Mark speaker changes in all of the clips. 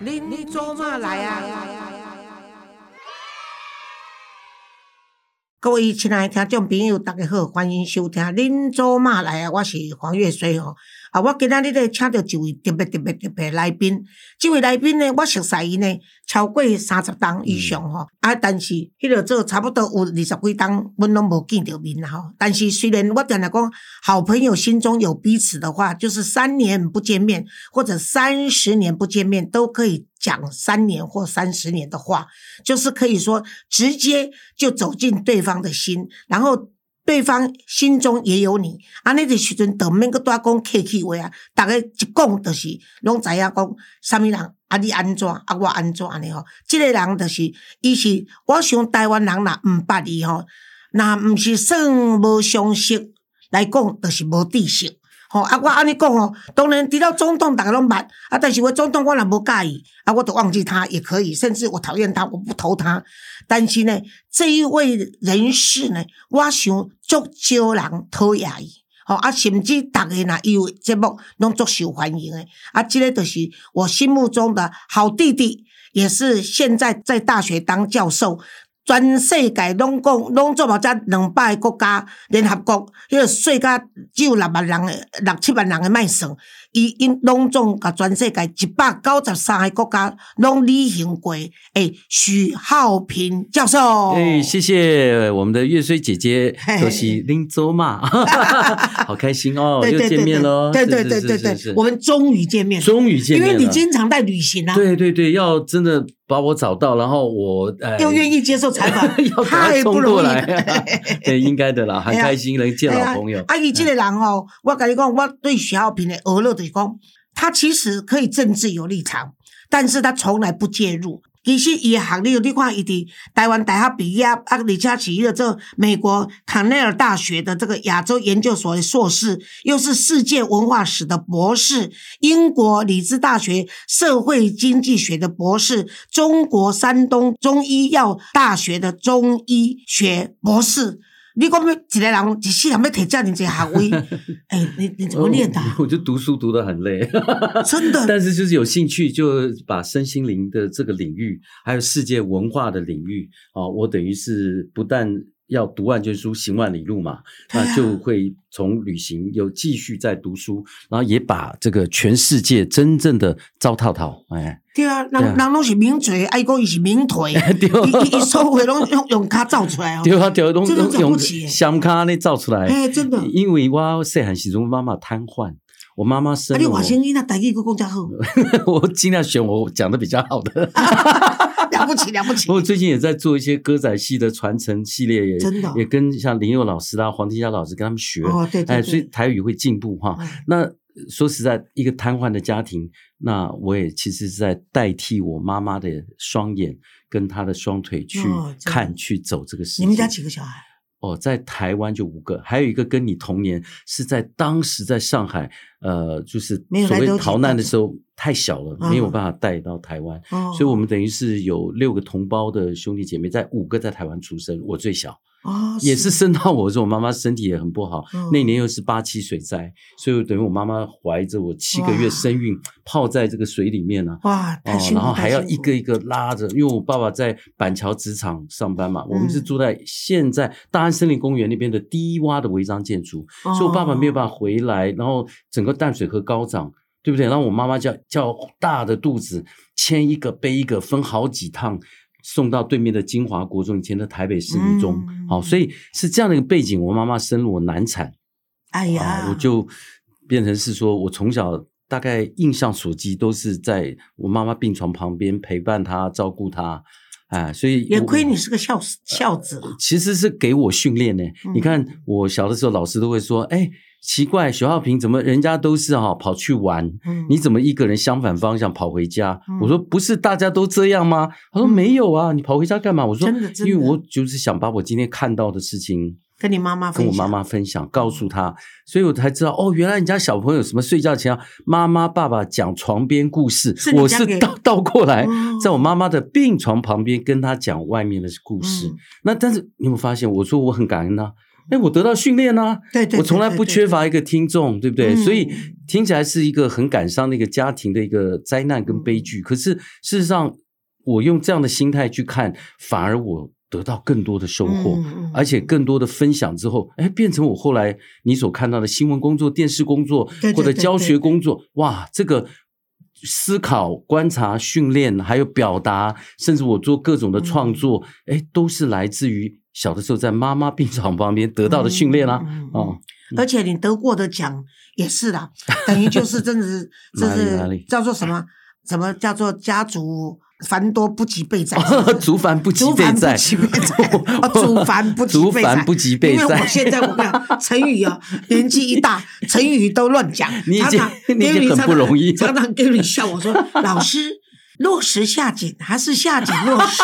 Speaker 1: 您您做嘛来啊？各位亲爱的听众朋友，大家好，欢迎收听《恁做嘛来啊》，我是黄月水吼。啊，我今仔日咧请到一位特别特别特别来宾，这位来宾呢，我熟悉伊呢超过三十档以上吼。啊，但是迄落做差不多有二十几档，阮拢无见着面啦吼。但是虽然我定来讲，好朋友心中有彼此的话，就是三年不见面或者三十年不见面都可以。讲三年或三十年的话，就是可以说直接就走进对方的心，然后对方心中也有你。安尼的时阵，就免个大讲客气话啊，大家一讲就是拢知影讲啥物人，啊你安怎，啊我安怎安尼吼。即、这个人就是，伊是我想台湾人若毋捌伊吼，若毋是算无相识来讲，就是无知识。吼、哦，啊，我安尼讲哦，当然，提到总统，大家拢捌，啊，但是我总统我若无介意，啊，我都忘记他也可以，甚至我讨厌他，我不投他。但是呢，这一位人士呢，我想足少人讨厌伊，吼、哦，啊，甚至逐个若伊有节目拢足受欢迎诶，啊，这个就是我心目中的好弟弟，也是现在在大学当教授。全世界拢讲，拢做无只两百个国家，联合国迄个细甲只有六万人诶，六七万人诶，卖算，伊因拢总甲全世界一百九十三个国家拢旅行过。诶，许浩平教授，
Speaker 2: 诶，哎谢谢我们的月水姐姐，都是林 州嘛，好开心哦，又见面喽，
Speaker 1: 对对对对对，我们终于见面，
Speaker 2: 终于见面，
Speaker 1: 因为你经常在旅行啊，
Speaker 2: 对对对，要真的。把我找到，然后我哎
Speaker 1: 呃又愿意接受采 访，
Speaker 2: 太不容易 了。对，应该的啦，很开心能
Speaker 1: 哎
Speaker 2: 见老朋友。
Speaker 1: 阿姨，啊这个人哦，我跟你讲，我对徐浩平的俄勒的讲，他其实可以政治有立场，但是他从来不介入。其实伊学历，你看伊伫台湾大学毕业，啊，而且是迄个这美国康奈尔大学的这个亚洲研究所的硕士，又是世界文化史的博士，英国里兹大学社会经济学的博士，中国山东中医药大学的中医学博士。你讲要一个人一世人要摕遮尔济学位，哎欸，你你怎么念的、 啊
Speaker 2: 哦我？我就读书读得很累，
Speaker 1: 真 的。
Speaker 2: 但是就是有兴趣，就把身心灵的这个领域，啊还有世界文化的领域，啊、哦，我等于是不但。要读万卷书，行万里路 嘛，那就会从旅行又继续在读书，然后也把这个全世界真正的糟蹋淘，哎，
Speaker 1: 对啊，人人拢是名嘴，啊爱国伊是名腿，
Speaker 2: 对，
Speaker 1: 伊伊所有拢用用卡造出来哦，
Speaker 2: 对啊，对啊，拢拢
Speaker 1: 用
Speaker 2: 香卡咧造出来，
Speaker 1: 哎，真的，
Speaker 2: 因为我细汉时阵妈妈瘫痪。我妈妈
Speaker 1: 我，
Speaker 2: 生
Speaker 1: 啊、你外省囡仔台语佫讲较好。
Speaker 2: 我尽量选我讲的比较好的。
Speaker 1: 了不起，了不起！
Speaker 2: 我最近也在做一些歌仔戏的传承系列，也
Speaker 1: 真的
Speaker 2: 也跟像林佑老师啦、黄天佳老师跟他们学。
Speaker 1: 哦，对对对。哎，哦
Speaker 2: 所以台语会进步哈。哎、那说实在，一个瘫痪的家庭，那我也其实是在代替我妈妈的双眼跟她的双腿去看、哦、去走这个事情。
Speaker 1: 你们家几个小孩？
Speaker 2: 哦，在台湾就五个，还有一个跟你同年，是在当时在上海，呃，就是所谓逃难的时候太小了，
Speaker 1: 啊
Speaker 2: 没有办法带到台湾，哦、所以我们等于是有六个同胞的兄弟姐妹，在五个在台湾出生，我最小，
Speaker 1: 哦、
Speaker 2: 也是生到我时候，我妈妈身体也很不好，哦、那年又是八七水灾，所以等于我妈妈怀着我七个月身孕，泡在这个水里面呢、
Speaker 1: 啊，哇，
Speaker 2: 哦然后还要一个一个拉着，因为我爸爸在板桥纸厂上班嘛，我们是住在现在大。森林公园那边的低洼的违章建筑，哦、所以我爸爸没有办法回来，然后整个淡水河高涨，对不对？然后我妈妈叫叫大的肚子牵一个背一个，分好几趟送到对面的金华国中，以前的台北市一中，嗯、好，所以是这样的一个背景。我妈妈生了我难产，
Speaker 1: 哎呀、啊，
Speaker 2: 我就变成是说我从小。大概印象所及都是在我妈妈病床旁边陪伴她、照顾她，啊，所以
Speaker 1: 也亏你是个孝孝子、啊呃。
Speaker 2: 其实是给我训练呢。嗯、你看我小的时候，老师都会说：“哎，奇怪，徐浩平怎么人家都是哈、哦、跑去玩，嗯、你怎么一个人相反方向跑回家？”嗯、我说：“不是大家都这样吗？”他说：“没有啊，你跑回家干嘛？”我说：“因为我就是想把我今天看到的事情。”
Speaker 1: 跟你妈妈
Speaker 2: 跟我妈妈分享，告诉她，所以我才知道哦，原来你家小朋友什么睡觉前，啊妈妈爸爸讲床边故事，
Speaker 1: 是
Speaker 2: 我是倒倒过来，哦、在我妈妈的嗯病床旁边跟她讲外面的故事。嗯、那但是你有没有发现，我说我很感恩啊，哎，我得到训练啊，
Speaker 1: 对对，
Speaker 2: 我从来
Speaker 1: 对
Speaker 2: 不缺，乏一个听众，对不对？
Speaker 1: 嗯
Speaker 2: 所以听起来是一个很感伤的一个家庭的一个灾难跟悲
Speaker 1: 嗯
Speaker 2: 剧。可是事实上，我用这样的心态去看，反而我得到更多的收
Speaker 1: 对对
Speaker 2: 获。
Speaker 1: 嗯嗯
Speaker 2: 而且更多的分享之后，哎，变成我后来你所看到的新闻工作、电视工作
Speaker 1: 对对
Speaker 2: 或者
Speaker 1: 对
Speaker 2: 教
Speaker 1: 对
Speaker 2: 学
Speaker 1: 对
Speaker 2: 工作，哇，这个思考、观察、训练，还有表达，甚至我做各种的
Speaker 1: 嗯
Speaker 2: 创作，哎、都是来自于小的时候在妈妈病床旁边得到的训练啦、啊。
Speaker 1: 嗯嗯嗯
Speaker 2: 哦，
Speaker 1: 而且你得过的奖也是啦，等于就是真的是就
Speaker 2: 哪里哪
Speaker 1: 是
Speaker 2: 里
Speaker 1: 叫做什么什么叫做家族繁多不及 备载，
Speaker 2: 哦竹凡不及
Speaker 1: 祖
Speaker 2: 备
Speaker 1: 繁
Speaker 2: 载
Speaker 1: 不，及备 载，哦，祖繁不及
Speaker 2: 竹
Speaker 1: 备载
Speaker 2: 凡。不及备
Speaker 1: 因为我
Speaker 2: 载。
Speaker 1: 现在我跟你讲，成语啊，年纪一大，成语都乱讲。
Speaker 2: 你已经
Speaker 1: 常常
Speaker 2: 你已经
Speaker 1: Gary
Speaker 2: 很不容易
Speaker 1: 常常 Gary 笑我 说：“老师，落实下井还是下井落实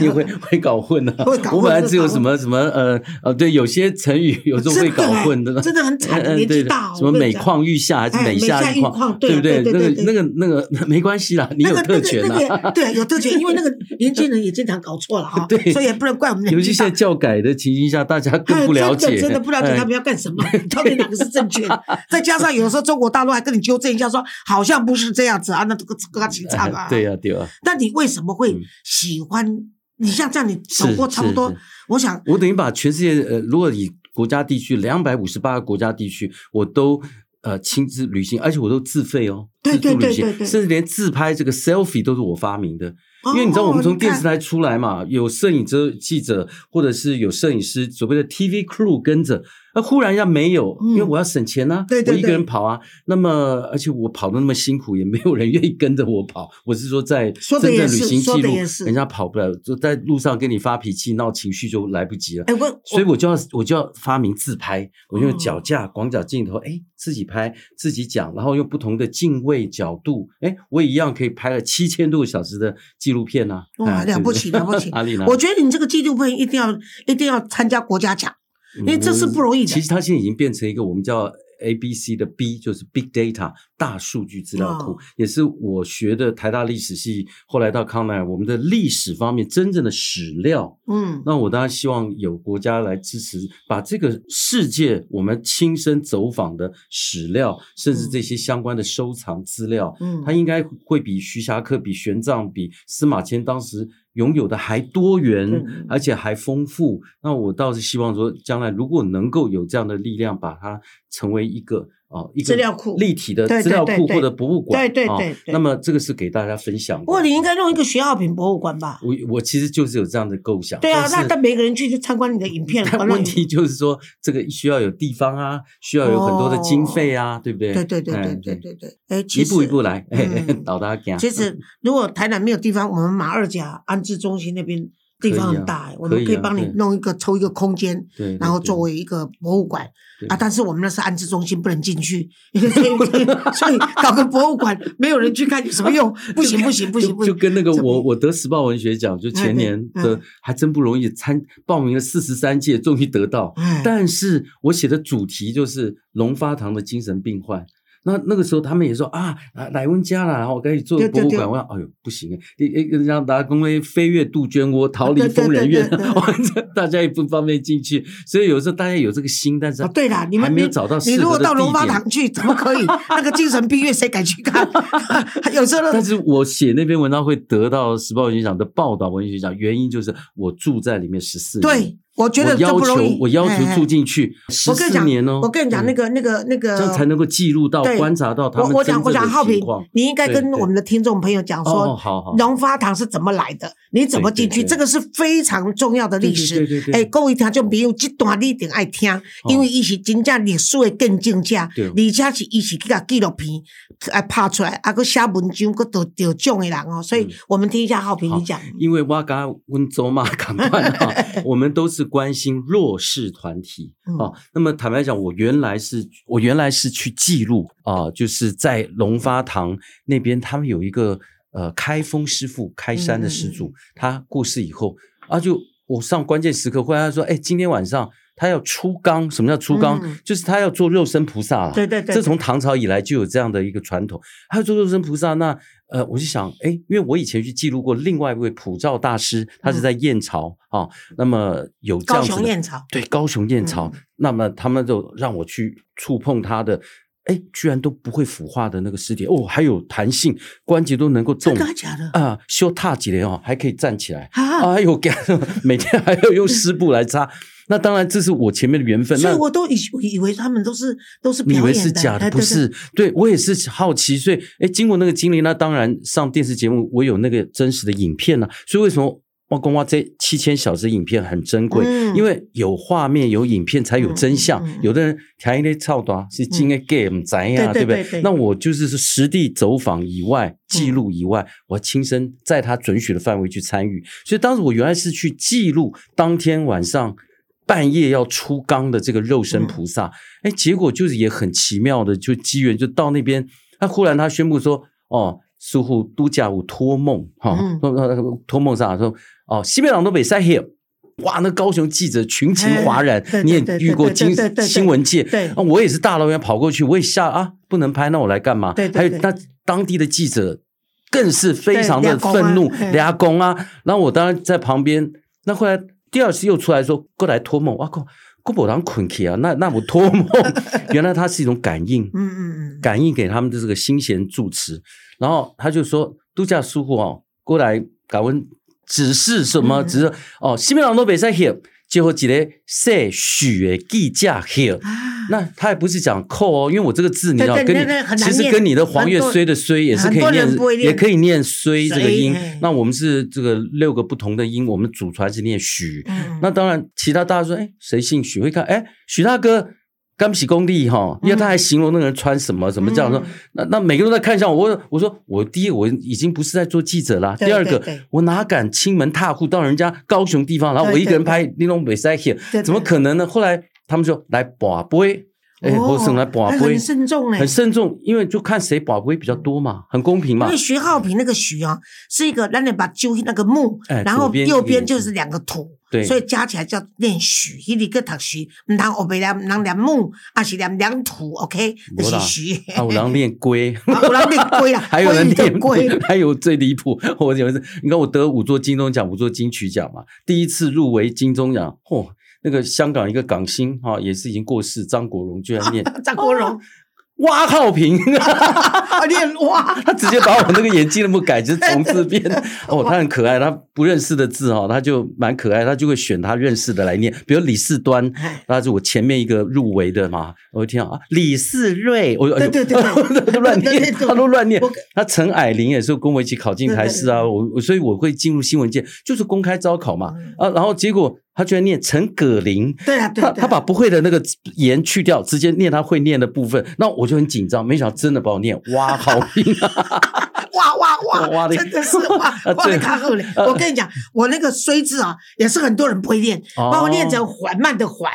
Speaker 2: 你会会搞混的、
Speaker 1: 会搞混
Speaker 2: 我本来只有
Speaker 1: 会搞混
Speaker 2: 什么什么呃呃，对，有些成语 有时候会搞混的，
Speaker 1: 真的哎很惨
Speaker 2: 嗯嗯
Speaker 1: 年纪
Speaker 2: 对
Speaker 1: 大
Speaker 2: 什么
Speaker 1: 我跟你
Speaker 2: 每
Speaker 1: 讲
Speaker 2: 况愈下还是
Speaker 1: 哎
Speaker 2: 每
Speaker 1: 每
Speaker 2: 下
Speaker 1: 下
Speaker 2: 愈
Speaker 1: 愈
Speaker 2: 况，
Speaker 1: 况对
Speaker 2: 对不
Speaker 1: 对
Speaker 2: 那
Speaker 1: 对
Speaker 2: 个那个那个没关系啦，你
Speaker 1: 那
Speaker 2: 有
Speaker 1: 个
Speaker 2: 特权啊
Speaker 1: 那个那
Speaker 2: 啦。，
Speaker 1: 个也对，有特权，因为那个年轻人也经常搞错了啊
Speaker 2: 对
Speaker 1: 所以也不能怪我们
Speaker 2: 尤
Speaker 1: 年
Speaker 2: 其
Speaker 1: 纪
Speaker 2: 现
Speaker 1: 大
Speaker 2: 在。教改的情形下，大家更
Speaker 1: 哎
Speaker 2: 不 了
Speaker 1: 真
Speaker 2: 解，
Speaker 1: 的真的不了解
Speaker 2: 哎
Speaker 1: 他们要干什么，到底哪个是正确 的？再加上有时候中国大陆还跟你纠正一下说，好像不是这样子啊，那这个这个情
Speaker 2: 哎
Speaker 1: 唱啊。
Speaker 2: 对呀对呀，
Speaker 1: 那你为什么会
Speaker 2: 嗯
Speaker 1: 喜欢？你像这样，你走
Speaker 2: 是
Speaker 1: 过差不
Speaker 2: 是
Speaker 1: 多
Speaker 2: 是，
Speaker 1: 我想
Speaker 2: 我等于把全世界呃，如果以国家地区两百五十八个国家地区，我都。呃，亲自旅行，而且我都自费哦，
Speaker 1: 对对
Speaker 2: 自助旅
Speaker 1: 对
Speaker 2: 行
Speaker 1: 对对
Speaker 2: 甚至连自拍这个 selfie 都是我发明的。因
Speaker 1: 哦
Speaker 2: 为你知道，我们从电视台出来嘛，有摄影者、记者，或者是有摄影师，所谓的 TV crew 跟着，那忽然要没有，
Speaker 1: 嗯
Speaker 2: 因为我要省钱啊，
Speaker 1: 对对
Speaker 2: 我一个
Speaker 1: 对
Speaker 2: 人跑啊，那么而且我跑的那么辛苦，也没有人愿意跟着我跑。 我是说，在
Speaker 1: 说
Speaker 2: 真
Speaker 1: 得
Speaker 2: 正
Speaker 1: 也
Speaker 2: 旅
Speaker 1: 是
Speaker 2: 行
Speaker 1: 说
Speaker 2: 记
Speaker 1: 得
Speaker 2: 录
Speaker 1: 也，是
Speaker 2: 人家跑不了，就在路上跟你发脾气、闹情绪就来不及了。
Speaker 1: 哎，我
Speaker 2: 所以我就要我就要发明自拍，我用
Speaker 1: 哦
Speaker 2: 脚架、广角镜头，哎，自己拍自己讲，然后用不同的镜位角度，哎，我一样可以拍了七千多个小时的纪录片呐、啊！
Speaker 1: 哇
Speaker 2: 哎
Speaker 1: 了不起了不起
Speaker 2: 阿丽娜，
Speaker 1: 我觉得你这个纪录片一定要一定要参加国家奖，因为这是不容易的。
Speaker 2: 嗯其实它现在已经变成一个我们叫 A B C 的 B，就是 Big Data 大数据资料库，
Speaker 1: 哦
Speaker 2: 也是我学的台大历史系，后来到康奈尔，我们的历史方面真正的史料。
Speaker 1: 嗯，
Speaker 2: 那我当然希望有国家来支持，把这个世界我们亲身走访的史料，甚至这些相关的收藏资料，
Speaker 1: 嗯
Speaker 2: 它应该会比徐霞客、比玄奘、比司马迁当时拥有的还多元
Speaker 1: 嗯，
Speaker 2: 而且还丰富。那我倒是希望说，将来如果能够有这样的力量，把它成为一个。哦，一个
Speaker 1: 资料库
Speaker 2: 立体的
Speaker 1: 对
Speaker 2: 资料
Speaker 1: 对
Speaker 2: 库
Speaker 1: 对
Speaker 2: 或者博物馆，
Speaker 1: 对对
Speaker 2: 哦
Speaker 1: 对对
Speaker 2: 那么这个是给大家分享的。
Speaker 1: 不过你应该弄一个徐浩品博物馆吧？
Speaker 2: 我我其实就是有这样的构想。
Speaker 1: 对啊，
Speaker 2: 但
Speaker 1: 那
Speaker 2: 是
Speaker 1: 但每个人去就参观你的影 片，
Speaker 2: 但
Speaker 1: 观众
Speaker 2: 问题就是说，这个需要有地方啊，需要有很多的经费啊，对不对？
Speaker 1: 哦对对对
Speaker 2: 哎
Speaker 1: 对对，对对，哎，其
Speaker 2: 一
Speaker 1: 实
Speaker 2: 步一步来，嘿嘿
Speaker 1: 嗯
Speaker 2: 导大家。
Speaker 1: 其实如果台南没有地方，我们马二甲安置中心那边地方很大，
Speaker 2: 可以啊
Speaker 1: 我们
Speaker 2: 可
Speaker 1: 可
Speaker 2: 以
Speaker 1: 以
Speaker 2: 啊
Speaker 1: 帮你
Speaker 2: 对
Speaker 1: 弄一个抽一个空间，
Speaker 2: 对，对
Speaker 1: 然后
Speaker 2: 对
Speaker 1: 作为一个博物馆
Speaker 2: 对
Speaker 1: 啊，但是我们那是安置中心，不能进去， 所以所以搞个博物馆，没有人去看有什么用？不行不行不行
Speaker 2: 就
Speaker 1: 不
Speaker 2: 就
Speaker 1: 行！
Speaker 2: 跟那个
Speaker 1: 这不
Speaker 2: 我我得时报文学奖，就前年
Speaker 1: 哎对
Speaker 2: 的
Speaker 1: 嗯
Speaker 2: 还真不容易，参报名了四十三届，终于 得到。
Speaker 1: 哎
Speaker 2: 但是我写的主题就是龙发堂的精神病患。那那个时候他们也说啊，啊来温家啦，然后我该去做
Speaker 1: 对对
Speaker 2: 博物
Speaker 1: 对
Speaker 2: 馆。我想，哎呦，不行哎，一一个让大家公为飞跃杜鹃窝，逃离
Speaker 1: 对对
Speaker 2: 疯人院
Speaker 1: 对对，对
Speaker 2: 哇 这大家也不方便进去。所以有时候大家有这个心，但是
Speaker 1: 啊，对啦，你
Speaker 2: 还
Speaker 1: 们
Speaker 2: 没
Speaker 1: 你
Speaker 2: 有找到
Speaker 1: 你
Speaker 2: 适
Speaker 1: 如
Speaker 2: 合
Speaker 1: 果
Speaker 2: 的
Speaker 1: 到龙发
Speaker 2: 地点。
Speaker 1: 堂去，怎么可以？那个精神病院谁敢去看？ 有时候
Speaker 2: 但是我写那篇文章会得到《时报文学奖》的报道，文学奖原因就是我住在里面十四年，
Speaker 1: 对，我觉得
Speaker 2: 我
Speaker 1: 这
Speaker 2: 要
Speaker 1: 不容易
Speaker 2: 求。我要求住
Speaker 1: 哎。哎
Speaker 2: 进去十
Speaker 1: 我跟你
Speaker 2: 四
Speaker 1: 讲
Speaker 2: 年哦，
Speaker 1: 我跟你讲，
Speaker 2: 嗯
Speaker 1: 那个那个那个，
Speaker 2: 这样才能够记录到、
Speaker 1: 对
Speaker 2: 观察到他
Speaker 1: 我
Speaker 2: 们
Speaker 1: 我
Speaker 2: 真
Speaker 1: 想
Speaker 2: 正
Speaker 1: 我
Speaker 2: 的
Speaker 1: 想浩
Speaker 2: 情
Speaker 1: 平
Speaker 2: 况。，
Speaker 1: 你应该
Speaker 2: 对
Speaker 1: 跟
Speaker 2: 对
Speaker 1: 我们的听众朋友讲
Speaker 2: 哦，
Speaker 1: 说，
Speaker 2: 好好，
Speaker 1: 龙发堂是怎么来的，你怎么进去，
Speaker 2: 对对对
Speaker 1: 这个是非常重要的历
Speaker 2: 对
Speaker 1: 史。
Speaker 2: 对对对
Speaker 1: 哎，各位听众朋友，这段你一定爱听，因为伊是真正历史的见证者，
Speaker 2: 对
Speaker 1: 而且是伊是去甲纪录片啊拍出来，啊，佮写文章，佮得得奖的人哦，所以
Speaker 2: 嗯
Speaker 1: 我们听一下浩平
Speaker 2: 好
Speaker 1: 你讲。
Speaker 2: 因为哇嘎温州嘛， 赶快 啊，我们都是关心弱势团体
Speaker 1: 嗯
Speaker 2: 啊。那么坦白讲，我原来是我原来是去记录啊，就是在龙发堂那边，他们有一个呃开封师傅开山的师
Speaker 1: 嗯
Speaker 2: 祖，他过世以后啊，就我上关键时刻，忽然他说，哎，今天晚上。他要出缸，什么叫出缸？
Speaker 1: 嗯
Speaker 2: 就是他要做肉身菩萨啊。
Speaker 1: 对对对
Speaker 2: 这从唐朝以来就有这样的一个传统。还有做肉身菩萨，那呃，我就想，哎，因为我以前去记录过另外一位普照大师，他是在燕巢啊、哦，那么有这
Speaker 1: 嗯高
Speaker 2: 样子
Speaker 1: 雄
Speaker 2: 的
Speaker 1: 燕巢，
Speaker 2: 对高雄燕巢，
Speaker 1: 嗯
Speaker 2: 那么他们就让我去触碰它的，哎，居然都不会腐化的那个尸体哦，还有弹性，关节都能够动
Speaker 1: 真的假的？
Speaker 2: 啊，修踏几年哦，还可以站起来。
Speaker 1: 啊，
Speaker 2: 哎呦， 干！每天还要用湿布来擦。那当然，这是我前面的缘分。
Speaker 1: 所以
Speaker 2: 那
Speaker 1: 我都以以为他们都是都是
Speaker 2: 你以
Speaker 1: 表
Speaker 2: 为
Speaker 1: 演
Speaker 2: 是假
Speaker 1: 的，哎
Speaker 2: 的，不，是？对我也是好奇，所以哎，经过那个经历，那当然上电视节目，我有那个真实的影片呢、所以为什么哇公哇这七千小时影片很珍贵？
Speaker 1: 嗯
Speaker 2: 因为有画面、有影片才有真相。
Speaker 1: 嗯嗯嗯
Speaker 2: 有的人谈一堆操短是今天 game 宅呀，
Speaker 1: 对对
Speaker 2: 不对
Speaker 1: 对对
Speaker 2: 那我就是是实地走访以外、记录以
Speaker 1: 嗯
Speaker 2: 外，我亲身在他准许的范围去参与。所以当时我原来是去记录当天晚上。半夜要出缸的这个肉身菩
Speaker 1: 嗯
Speaker 2: 萨，哎，结果就是也很奇妙的，就机缘就到那边，他忽然他宣布说，哦，苏护度假有托梦哈
Speaker 1: 嗯，
Speaker 2: 托托托梦啥说，哦，西北朗都北塞黑。哇，那高雄记者群情哗然
Speaker 1: 哎对，
Speaker 2: 你也
Speaker 1: 对对
Speaker 2: 遇过
Speaker 1: 对对
Speaker 2: 新
Speaker 1: 对对对
Speaker 2: 新闻界，
Speaker 1: 对
Speaker 2: 啊，我也是大老远跑过去，我也吓啊，不能拍，那我来干嘛？
Speaker 1: 对对
Speaker 2: 还有
Speaker 1: 对
Speaker 2: 那当地的记者更是非常的
Speaker 1: 对抓狂啊
Speaker 2: 愤怒
Speaker 1: 哎，
Speaker 2: 俩公啊，然后我当然在旁边。那后来第二次又出来说过来托梦，哇靠，郭伯郎困起啊，那那我托梦， 原来它是一种感应，
Speaker 1: 嗯嗯嗯，
Speaker 2: 感应给他们的这个心弦住持，然后他就说度假疏忽哦，过来感恩只是什么，
Speaker 1: 嗯
Speaker 2: 只是哦，西面朗都北在 here，结果几个塞许的计价 here。
Speaker 1: 啊，
Speaker 2: 那他也不是讲扣哦，因为我这个字你知道，
Speaker 1: 对
Speaker 2: 跟
Speaker 1: 对
Speaker 2: 你
Speaker 1: 那那很难
Speaker 2: 其实
Speaker 1: 念
Speaker 2: 跟你的黄月
Speaker 1: 很多
Speaker 2: 衰的衰也是可以
Speaker 1: 很多人
Speaker 2: 念
Speaker 1: 不会，念
Speaker 2: 也可以念衰这个
Speaker 1: 衰
Speaker 2: 音
Speaker 1: 哎。
Speaker 2: 那我们是这个六个不同的音，我们祖传是念许，
Speaker 1: 嗯
Speaker 2: 那当然，其他大家说，哎，谁姓许？会看，哎，许大哥，干不起功力哈，因为他还形容那个人穿什么，怎么这样说
Speaker 1: 嗯，
Speaker 2: 那那每个人都在看向我，我我说我第一我已经不是在做记者啦，
Speaker 1: 对
Speaker 2: 第二个
Speaker 1: 对对
Speaker 2: 我哪敢亲门踏户到人家高雄地方，然后我
Speaker 1: 对
Speaker 2: 一个人
Speaker 1: 对
Speaker 2: 拍玲珑北塞线
Speaker 1: 对，对
Speaker 2: 怎么可能呢？后来他们说来把杯，哎，
Speaker 1: 哦
Speaker 2: 我省来把
Speaker 1: 哎
Speaker 2: 杯
Speaker 1: 很，慎重哎，
Speaker 2: 很慎重，因为就看谁把杯比较多嘛，很公平
Speaker 1: 因
Speaker 2: 嘛
Speaker 1: 为。徐浩平那个徐啊，是一个咱得把揪那个木，
Speaker 2: 哎
Speaker 1: 然
Speaker 2: 左
Speaker 1: 后
Speaker 2: 边
Speaker 1: 右
Speaker 2: 一
Speaker 1: 边
Speaker 2: 个
Speaker 1: 就是两个土，
Speaker 2: 对
Speaker 1: 所以加起来叫念徐，一里个读徐，唔通后边两人念木，啊是念两土，OK，就
Speaker 2: 没
Speaker 1: 是
Speaker 2: 啦
Speaker 1: 徐。
Speaker 2: 啊，我让练龟。
Speaker 1: 啊有人念龟啦，
Speaker 2: 还有人
Speaker 1: 念
Speaker 2: 念
Speaker 1: 龟，
Speaker 2: 还有最离谱，我有一次，你看我得五座金钟奖、五座金曲奖嘛，第一次入围金钟奖，嚯、那个香港一个港星哈、也是已经过世，张国荣居然念
Speaker 1: 张国啊 荣，
Speaker 2: 蛙浩平，
Speaker 1: 啊念哇，
Speaker 2: 他直接把我那个眼睛的幕改成虫字边。哦，他很可爱，他不认识的字哈、他就蛮可爱，他就会选他认识的来念，比如李四端。
Speaker 1: 哎
Speaker 2: 那是我前面一个入围的嘛，我一听啊，李四瑞，我
Speaker 1: 对对对对
Speaker 2: 他都 乱
Speaker 1: 对对
Speaker 2: 念，
Speaker 1: 对
Speaker 2: 他都乱念
Speaker 1: 我。
Speaker 2: 他陈霭龄也是跟我一起考进台师啊，我我所以我会进入新闻界，就是公开招考嘛
Speaker 1: 嗯
Speaker 2: 啊，然后结果他居然念陈葛林。
Speaker 1: 对啊对
Speaker 2: 他
Speaker 1: 啊，
Speaker 2: 他把不会的那个言去掉，直接念他会念的部分，那我就很紧张，没想到真的把我念哇好拼 啊！
Speaker 1: 哇哇哇，
Speaker 2: 哇的
Speaker 1: 真的是哇
Speaker 2: 啊
Speaker 1: 哇
Speaker 2: 对
Speaker 1: 的卡后嘞！我跟你讲，我那个虽字啊，也是很多人不会念，
Speaker 2: 哦
Speaker 1: 把我念 成缓慢的缓，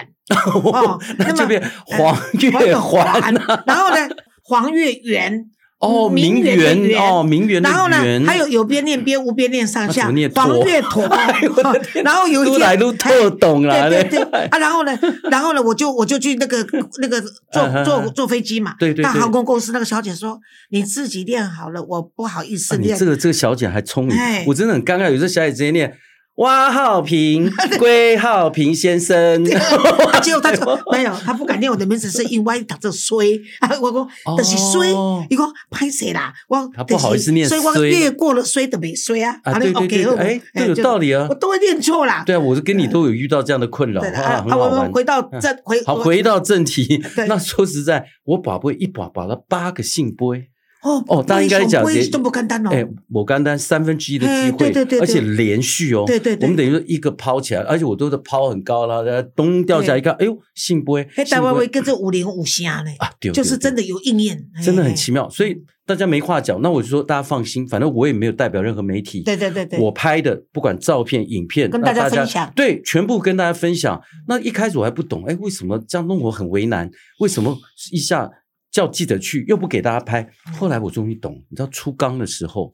Speaker 1: 哦
Speaker 2: 那
Speaker 1: 么
Speaker 2: 这边黄月环
Speaker 1: 黄的 然后呢，黄月圆，
Speaker 2: 哦，
Speaker 1: 名
Speaker 2: 名
Speaker 1: 媛的
Speaker 2: 媛哦，名媛的
Speaker 1: 然后呢
Speaker 2: 媛，，
Speaker 1: 还有有边念边，无边念上
Speaker 2: 那怎
Speaker 1: 下
Speaker 2: 么念，驼哎
Speaker 1: 黄月 驼
Speaker 2: 我的，天
Speaker 1: 然后有一
Speaker 2: 都
Speaker 1: 天
Speaker 2: 来都特懂啦，
Speaker 1: 对对 对啊，然后呢，然后呢，我就我就去那个 那个坐
Speaker 2: 嗯
Speaker 1: 坐
Speaker 2: 嗯嗯
Speaker 1: 坐飞机嘛，
Speaker 2: 对对对
Speaker 1: 到航空公司那个小姐说，你自己练好了，我不好意思
Speaker 2: 啊你
Speaker 1: 练
Speaker 2: 这。个这个小姐还聪明
Speaker 1: 哎，
Speaker 2: 我真的很尴尬。有时候小姐直接念蛙浩 平、龟浩平先生，
Speaker 1: 啊 结果他就没有，他不敢念我的名字，是因为他这衰 啊！我讲，
Speaker 2: 哦
Speaker 1: 但是衰，你讲拍谁啦？我
Speaker 2: 他不好意思念
Speaker 1: 所以我
Speaker 2: 衰
Speaker 1: 越过了衰的没衰啊。
Speaker 2: 啊
Speaker 1: 好
Speaker 2: 对
Speaker 1: 嘞
Speaker 2: 对对
Speaker 1: OK，
Speaker 2: 对哎这有
Speaker 1: 就
Speaker 2: 道理啊
Speaker 1: 我都会念错啦。
Speaker 2: 对啊，我是跟你都有遇到这样的困扰，
Speaker 1: 对的
Speaker 2: 哇，
Speaker 1: 啊
Speaker 2: 很
Speaker 1: 啊！
Speaker 2: 好
Speaker 1: 我
Speaker 2: 玩
Speaker 1: 们。回到正回
Speaker 2: 好，
Speaker 1: 我
Speaker 2: 回到正题
Speaker 1: 对。
Speaker 2: 那说实在，我宝贝一宝宝了八个姓杯，
Speaker 1: 哦
Speaker 2: 哦大家应该讲
Speaker 1: 不会
Speaker 2: 解
Speaker 1: 这么简单哦。
Speaker 2: 哎，我刚单三分之一的机
Speaker 1: 哎
Speaker 2: 会，
Speaker 1: 对对对对
Speaker 2: 而且连续哦，
Speaker 1: 对对对
Speaker 2: 我们等于说一个抛起来，而且我都是抛很高了，然后咚掉下来一看，哎呦，姓杯，
Speaker 1: 哎，台
Speaker 2: 姓
Speaker 1: 湾
Speaker 2: 杯
Speaker 1: 会跟这五零五虾呢，
Speaker 2: 啊，对，
Speaker 1: 就是
Speaker 2: 对对
Speaker 1: 真的有应验，哎
Speaker 2: 真的很奇妙，所以大家没话讲。那我就说大家放心，反正我也没有代表任何媒体，
Speaker 1: 哎对对对对，
Speaker 2: 我拍的不管照片、影片，
Speaker 1: 跟
Speaker 2: 那
Speaker 1: 大家分享
Speaker 2: 对，全部跟大家分享。那一开始我还不懂，哎，为什么这样弄我很为难？为什么一下叫记者去，又不给大家拍？
Speaker 1: 嗯
Speaker 2: 后来我终于懂，你知道出缸的时候，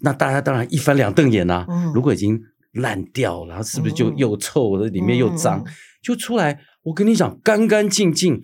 Speaker 2: 那大家当然一翻两瞪眼啊。
Speaker 1: 嗯
Speaker 2: 如果已经烂掉了，是不是就
Speaker 1: 嗯
Speaker 2: 又臭了，里面又脏
Speaker 1: 嗯？
Speaker 2: 就出来，我跟你讲，干干净净。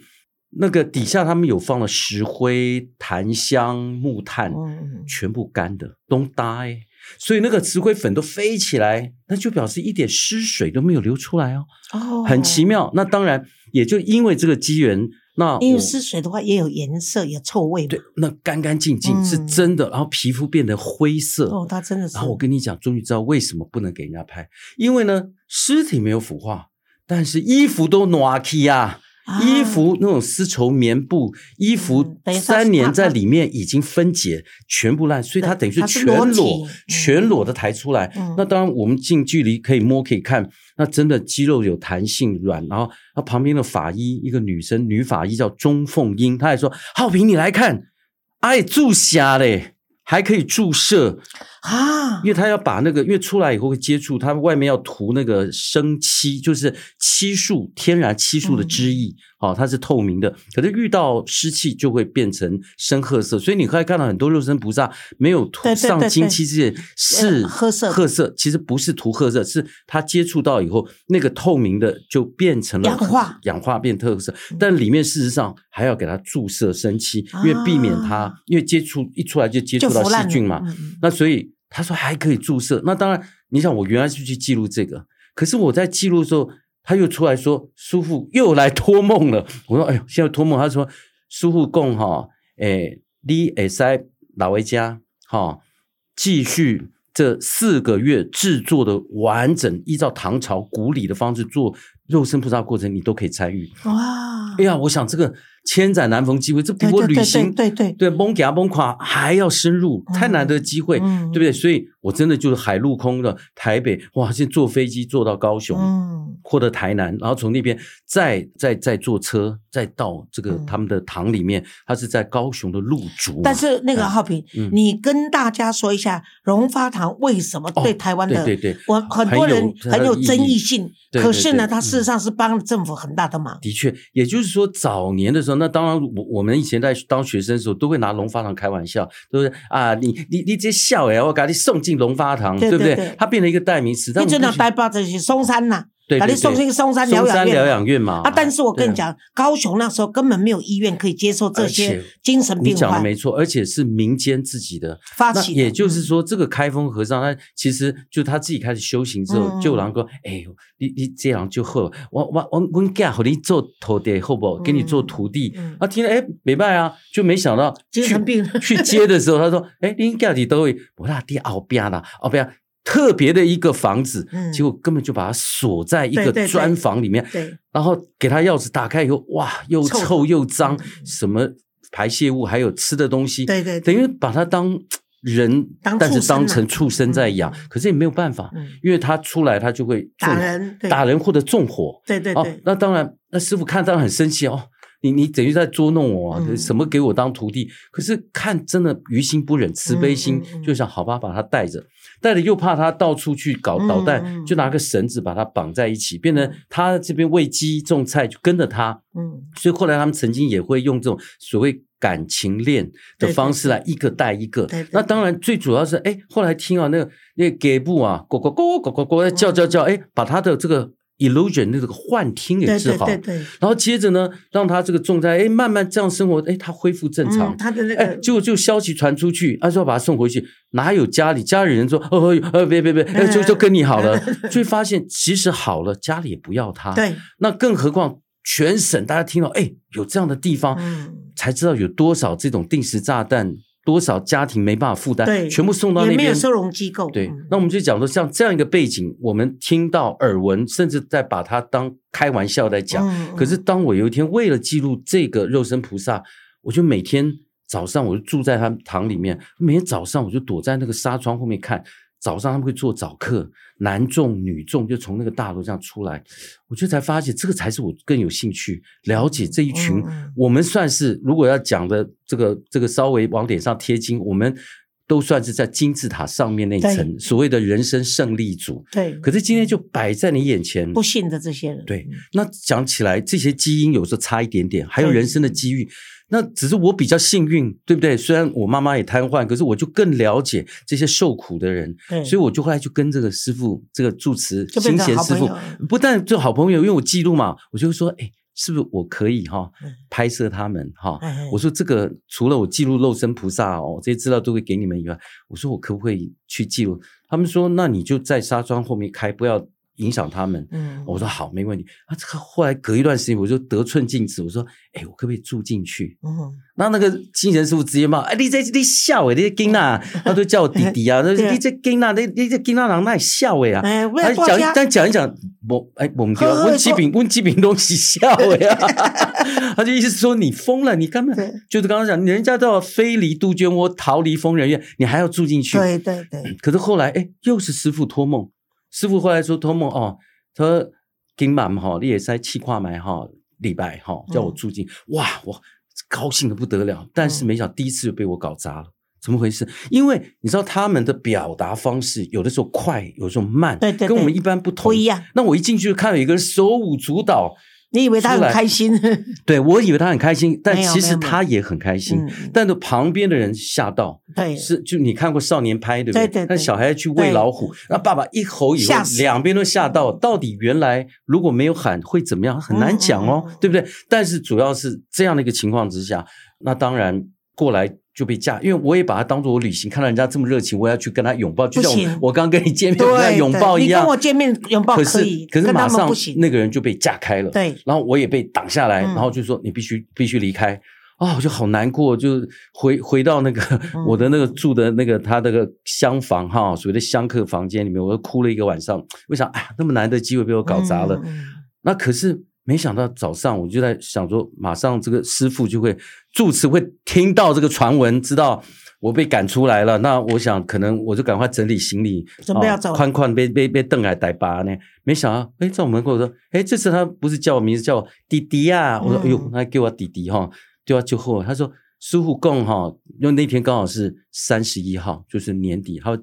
Speaker 2: 那个底下他们有放了石灰、檀香、木炭，
Speaker 1: 嗯，
Speaker 2: 全部干的，don't die。所以那个石灰粉都飞起来，那就表示一点湿水都没有流出来哦，
Speaker 1: 哦，哦
Speaker 2: 很奇。妙。那当然，也就因为这个机缘，那
Speaker 1: 因为
Speaker 2: 我
Speaker 1: 湿水的话也有颜色，有臭味嘛。
Speaker 2: 对那干干净净、
Speaker 1: 嗯
Speaker 2: 是真的，然后皮肤变得灰色。
Speaker 1: 哦，它真的是。
Speaker 2: 然后我跟你讲，终于知道为什么不能给人家拍，因为呢，尸体没有腐化，但是衣服都暖气啊。
Speaker 1: 啊
Speaker 2: 衣服那种丝绸棉布，衣服
Speaker 1: 嗯等于它是
Speaker 2: 三年
Speaker 1: 它
Speaker 2: 在里面已经分解，全部烂，所以它
Speaker 1: 对
Speaker 2: 等于是
Speaker 1: 它是
Speaker 2: 全
Speaker 1: 裸体
Speaker 2: 裸
Speaker 1: 嗯、
Speaker 2: 全裸的抬出来
Speaker 1: 嗯。
Speaker 2: 那当然，我们近距离可以摸、可以看，那真的肌肉有弹性、软。然后，那旁边的法医，一个女生，女法医叫钟凤英，她还说：“浩平，你来看，哎，注射嘞，还可以注射，
Speaker 1: 啊
Speaker 2: 因，为他要把那个，因为出来以后会接触，它外面要涂那个生漆，就是漆树天然漆树的
Speaker 1: 嗯
Speaker 2: 汁液，好、它是透明的。可是遇到湿气就会变成深褐色，所以你可以看到很多肉身菩萨没有涂
Speaker 1: 对对对
Speaker 2: 上金
Speaker 1: 对
Speaker 2: 漆之前是
Speaker 1: 呃褐色
Speaker 2: 褐色其实不是涂褐色，是它接触到以后那个透明的就变成了
Speaker 1: 氧化，
Speaker 2: 氧化变特色，但里面事实上还要给它注射生漆，因为避免它
Speaker 1: 啊
Speaker 2: 因为接触一出来就接
Speaker 1: 就
Speaker 2: 触到
Speaker 1: 腐烂
Speaker 2: 细
Speaker 1: 了
Speaker 2: 菌嘛。
Speaker 1: 嗯嗯
Speaker 2: 那所以他说还可以注射。那当然，你想我原来是去记录这个，可是我在记录的时候，他又出来说叔父又来托梦了。我说哎呦，现在托梦，他说叔父供哈，诶，你会使老回家哈、继续。这四个月制作的完整，依照唐朝古礼的方式做肉身菩萨过程，你都可以参与。
Speaker 1: 哇，
Speaker 2: 哎呀，我想这个千载难逢机会，这比
Speaker 1: 对
Speaker 2: 我
Speaker 1: 对
Speaker 2: 旅
Speaker 1: 对
Speaker 2: 行
Speaker 1: 对对对，
Speaker 2: 对，蒙给他蒙垮还要深入，太难得机会，
Speaker 1: 嗯
Speaker 2: 对不对？所以我真的就是海陆空的台北，哇，现在坐飞机坐到高雄。
Speaker 1: 嗯，
Speaker 2: 或者台南，然后从那边再再再坐车，再到这个
Speaker 1: 嗯
Speaker 2: 他们的堂里面，它是在高雄的路竹嘛。
Speaker 1: 但是那个浩平
Speaker 2: 嗯，
Speaker 1: 你跟大家说一下，荣发堂为什么对台湾
Speaker 2: 哦对
Speaker 1: 的
Speaker 2: 对对，
Speaker 1: 我很多人很有争议性，
Speaker 2: 对对
Speaker 1: 可是呢，
Speaker 2: 对嗯
Speaker 1: 他事实上是帮了政府很大的忙。
Speaker 2: 的确，也就是说，早年的时候，那当然我，我们以前在当学生的时候，都会拿龙发堂开玩笑，对不对啊？你你你这笑哎，我把你送进龙发堂，
Speaker 1: 对
Speaker 2: 不
Speaker 1: 对
Speaker 2: 对
Speaker 1: 对？
Speaker 2: 它变成一个代名词，但
Speaker 1: 你
Speaker 2: 我们
Speaker 1: 真的
Speaker 2: 不许
Speaker 1: 带把这些松山呐，
Speaker 2: 对，
Speaker 1: 把
Speaker 2: 对
Speaker 1: 你送
Speaker 2: 对
Speaker 1: 进松山疗
Speaker 2: 松
Speaker 1: 养
Speaker 2: 山
Speaker 1: 院
Speaker 2: 疗
Speaker 1: 嘛
Speaker 2: 养院嘛。
Speaker 1: 啊，但是我跟你
Speaker 2: 对啊，
Speaker 1: 讲，高雄那时候根本没有医院可以接受这
Speaker 2: 而
Speaker 1: 些
Speaker 2: 且
Speaker 1: 精神
Speaker 2: 啊你
Speaker 1: 病
Speaker 2: 讲的
Speaker 1: 患
Speaker 2: 没错，而且是民间自己的。
Speaker 1: 发
Speaker 2: 那
Speaker 1: 起的，
Speaker 2: 也就是
Speaker 1: 嗯
Speaker 2: 说，这个开封和尚他其实就他自己开始修行之后，
Speaker 1: 嗯
Speaker 2: 就然后说：“哎呦，你你这样就好，我我我我嫁给你做徒弟好不好？给你做徒弟。
Speaker 1: 嗯
Speaker 2: 啊，听了哎，没办啊，就没想到
Speaker 1: 精神
Speaker 2: 去
Speaker 1: 病
Speaker 2: 去接的时候，他说：“哎，你嫁你都会，我那爹后边啦，后边啊特别的一个房子，
Speaker 1: 嗯
Speaker 2: 结果根本就把他锁在一个
Speaker 1: 对对对
Speaker 2: 砖房里面，
Speaker 1: 对，
Speaker 2: 然后给他钥匙打开以后，哇，又
Speaker 1: 臭
Speaker 2: 臭又脏
Speaker 1: 嗯，
Speaker 2: 什么排泄物，还有吃的东西，
Speaker 1: 对对对
Speaker 2: 等于把他当人，
Speaker 1: 当
Speaker 2: 但是
Speaker 1: 畜生啊
Speaker 2: 当成畜生在养
Speaker 1: 嗯，
Speaker 2: 可是也没有办法，
Speaker 1: 嗯，
Speaker 2: 因为他出来他就会
Speaker 1: 打
Speaker 2: 纵
Speaker 1: 人，对
Speaker 2: 打人或者纵火，
Speaker 1: 对对
Speaker 2: 哦
Speaker 1: 对，，
Speaker 2: 那当然，那师傅看当然很生气哦。你你等于在捉弄我啊！
Speaker 1: 嗯
Speaker 2: 什么给我当徒弟？可是看真的于心不忍，慈悲心、
Speaker 1: 嗯嗯嗯
Speaker 2: 就想好吧，把他带着，带着又怕他到处去搞捣蛋，
Speaker 1: 嗯嗯
Speaker 2: 就拿个绳子把他绑在一起，变成他这边喂鸡种菜就跟着他。
Speaker 1: 嗯，
Speaker 2: 所以后来他们曾经也会用这种所谓感情链的
Speaker 1: 对
Speaker 2: 方式来一个带一个。
Speaker 1: 对对
Speaker 2: 那当然最主要是，哎，后来听啊，那个那个给布啊，咕咕咕咕咕咕在叫叫叫，哎，把他的这个 illusion 那个幻听给
Speaker 1: 对
Speaker 2: 治
Speaker 1: 对
Speaker 2: 好。
Speaker 1: 对对，
Speaker 2: 然后接着呢，让他这个重灾，哎，慢慢这样生活，哎，他恢复正常。
Speaker 1: 嗯，他的那
Speaker 2: 哎，
Speaker 1: 个
Speaker 2: 结果就消息传出去，他、啊、说要把他送回去，哪有家里家里人说，哦，哦呃，别别别，哎就就跟你好 了，就会发现其实好了，家里也不要他，
Speaker 1: 对，
Speaker 2: 那更何况全省大家听到，哎，有这样的地方，
Speaker 1: 嗯，
Speaker 2: 才知道有多少这种定时炸弹，多少家庭没办法负担，
Speaker 1: 对
Speaker 2: 全部送到那
Speaker 1: 也没有
Speaker 2: 边。
Speaker 1: 收容机构，
Speaker 2: 对
Speaker 1: 嗯，
Speaker 2: 那我们就讲说，像这样一个背景，我们听到耳闻，甚至在把它当开玩笑在讲。
Speaker 1: 嗯
Speaker 2: 可是当我有一天为了记录这个肉身菩萨，我就每天早上我就住在他们堂里面，每天早上我就躲在那个纱窗后面看。早上他们会做早课，男众女众就从那个大楼这样出来，我就才发现这个才是我更有兴趣了解这一群。
Speaker 1: 嗯嗯
Speaker 2: 我们算是如果要讲的这个这个稍微往脸上贴金，我们都算是在金字塔上面那一层
Speaker 1: 对
Speaker 2: 所谓的人生胜利组。
Speaker 1: 对
Speaker 2: 可是今天就摆在你眼前，
Speaker 1: 不幸的这些人，
Speaker 2: 对，那讲起来，这些基因有时候差一点点，还有人生的机遇。那只是我比较幸运，对不对？虽然我妈妈也瘫痪，可是我就更了解这些受苦的人，
Speaker 1: 对
Speaker 2: 所以我就后来就跟这个师傅，这个住持
Speaker 1: 就
Speaker 2: 新
Speaker 1: 变成
Speaker 2: 贤
Speaker 1: 好
Speaker 2: 师
Speaker 1: 朋
Speaker 2: 傅
Speaker 1: 友，
Speaker 2: 不但就好朋友，因为我记录嘛，我就说，哎，是不是我可以哈
Speaker 1: 嗯
Speaker 2: 拍摄他们哈？
Speaker 1: 哎哎
Speaker 2: 我说这个除了我记录肉身菩萨哦这些资料都会给你们以外，我说我可不可以去记录？他们说那你就在纱窗后面开，不要影响他们。
Speaker 1: 嗯，
Speaker 2: 我说好，没问题。啊，这个后来隔一段时间，我就得寸进尺，我说，哎，我可不可以住进去？
Speaker 1: 嗯，
Speaker 2: 那那个精神师傅直接骂，哎，你这你笑哎，你这囡呐，他都叫我弟弟啊， 那
Speaker 1: 对啊
Speaker 2: 你这囡呐，你你这囡呐人那笑哎啊。
Speaker 1: 哎，不要
Speaker 2: 哎，
Speaker 1: 大
Speaker 2: 讲一
Speaker 1: 家，
Speaker 2: 但讲一讲，我哎，我们
Speaker 1: 好好
Speaker 2: 问
Speaker 1: 好
Speaker 2: 基饼，问基饼东西笑 呀，他就意思说你疯了，你根
Speaker 1: 对
Speaker 2: 本就是刚刚讲，人家都要飞离杜鹃窝，逃离疯人院，你还要住进去。
Speaker 1: 对对对，
Speaker 2: 可是后来，哎，又是师傅托梦，师傅后来说托梦哦，他说今晚哈，你也在气化埋哈，礼拜哈，
Speaker 1: 嗯
Speaker 2: 叫我住进，哇，我高兴的不得了，但是
Speaker 1: 嗯
Speaker 2: 没想到第一次就被我搞砸了。怎么回事？因为你知道他们的表达方式，有的时候快，有的时候慢，
Speaker 1: 对对
Speaker 2: 跟我们
Speaker 1: 对
Speaker 2: 一般不同
Speaker 1: 不。一样。
Speaker 2: 那我一进去就看到有一个人手舞足蹈，
Speaker 1: 你以为他很开心？
Speaker 2: 对我以为他很开心，但
Speaker 1: 没有
Speaker 2: 其
Speaker 1: 没
Speaker 2: 实
Speaker 1: 有没有
Speaker 2: 他也很开心，
Speaker 1: 嗯
Speaker 2: 但是旁边的人吓到，
Speaker 1: 对，
Speaker 2: 是，就你看过少年拍对不
Speaker 1: 对对对
Speaker 2: 那小孩去喂老虎，那爸爸一吼以后
Speaker 1: 吓，死嗯
Speaker 2: 两边都吓到。到底原来如果没有喊会怎么样，很难讲哦，
Speaker 1: 嗯嗯嗯
Speaker 2: 对不对？但是主要是这样的一个情况之下，那当然过来。就被架，因为我也把他当做我旅行，看到人家这么热情，我要去跟他拥抱，就像
Speaker 1: 不行
Speaker 2: 我我刚跟你见面，我要
Speaker 1: 对，
Speaker 2: 拥抱一
Speaker 1: 对你
Speaker 2: 样。
Speaker 1: 跟我见面拥抱
Speaker 2: 可
Speaker 1: 可
Speaker 2: 是
Speaker 1: 以，
Speaker 2: 可是
Speaker 1: 跟他
Speaker 2: 马
Speaker 1: 们
Speaker 2: 上
Speaker 1: 不行。
Speaker 2: 那个人就被架开了，
Speaker 1: 对，
Speaker 2: 然后我也被挡下来，
Speaker 1: 嗯
Speaker 2: 然后就说你必须必须离开。啊、我就好难过，就是回回到那个、
Speaker 1: 嗯
Speaker 2: 我的那个住的那个他那个厢房哈，所谓的香客房间里面，我又哭了一个晚上。为啥？哎，那么难的机会被我搞砸了。
Speaker 1: 嗯嗯
Speaker 2: 那可是没想到早上我就在想说，马上这个师傅就会住持会听到这个传闻，知道我被赶出来了。那我想可能我就赶快整理行李，
Speaker 1: 准备要走
Speaker 2: 哦宽宽被被被邓来逮拔呢。没想到，哎，在我门口说，哎，这次他不是叫我名字，叫我弟弟呀、啊。我说，
Speaker 1: 嗯
Speaker 2: 哎呦，那给我弟弟哈、对啊，就后他说师傅供哈，因为那天刚好是三十一号，就是年底，还有